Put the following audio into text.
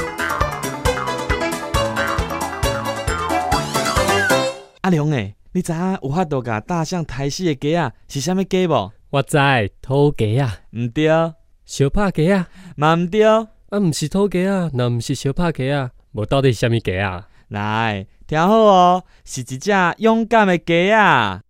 阿啊龙诶，你知影有法度甲大象抬死的鸡啊是啥物鸡无？我知土鸡啊，毋对，小拍鸡啊，嘛毋对。啊，毋是土鸡啊，若毋是小拍鸡啊，无到底是啥物鸡啊？来，听好哦，是一只勇敢的鸡啊！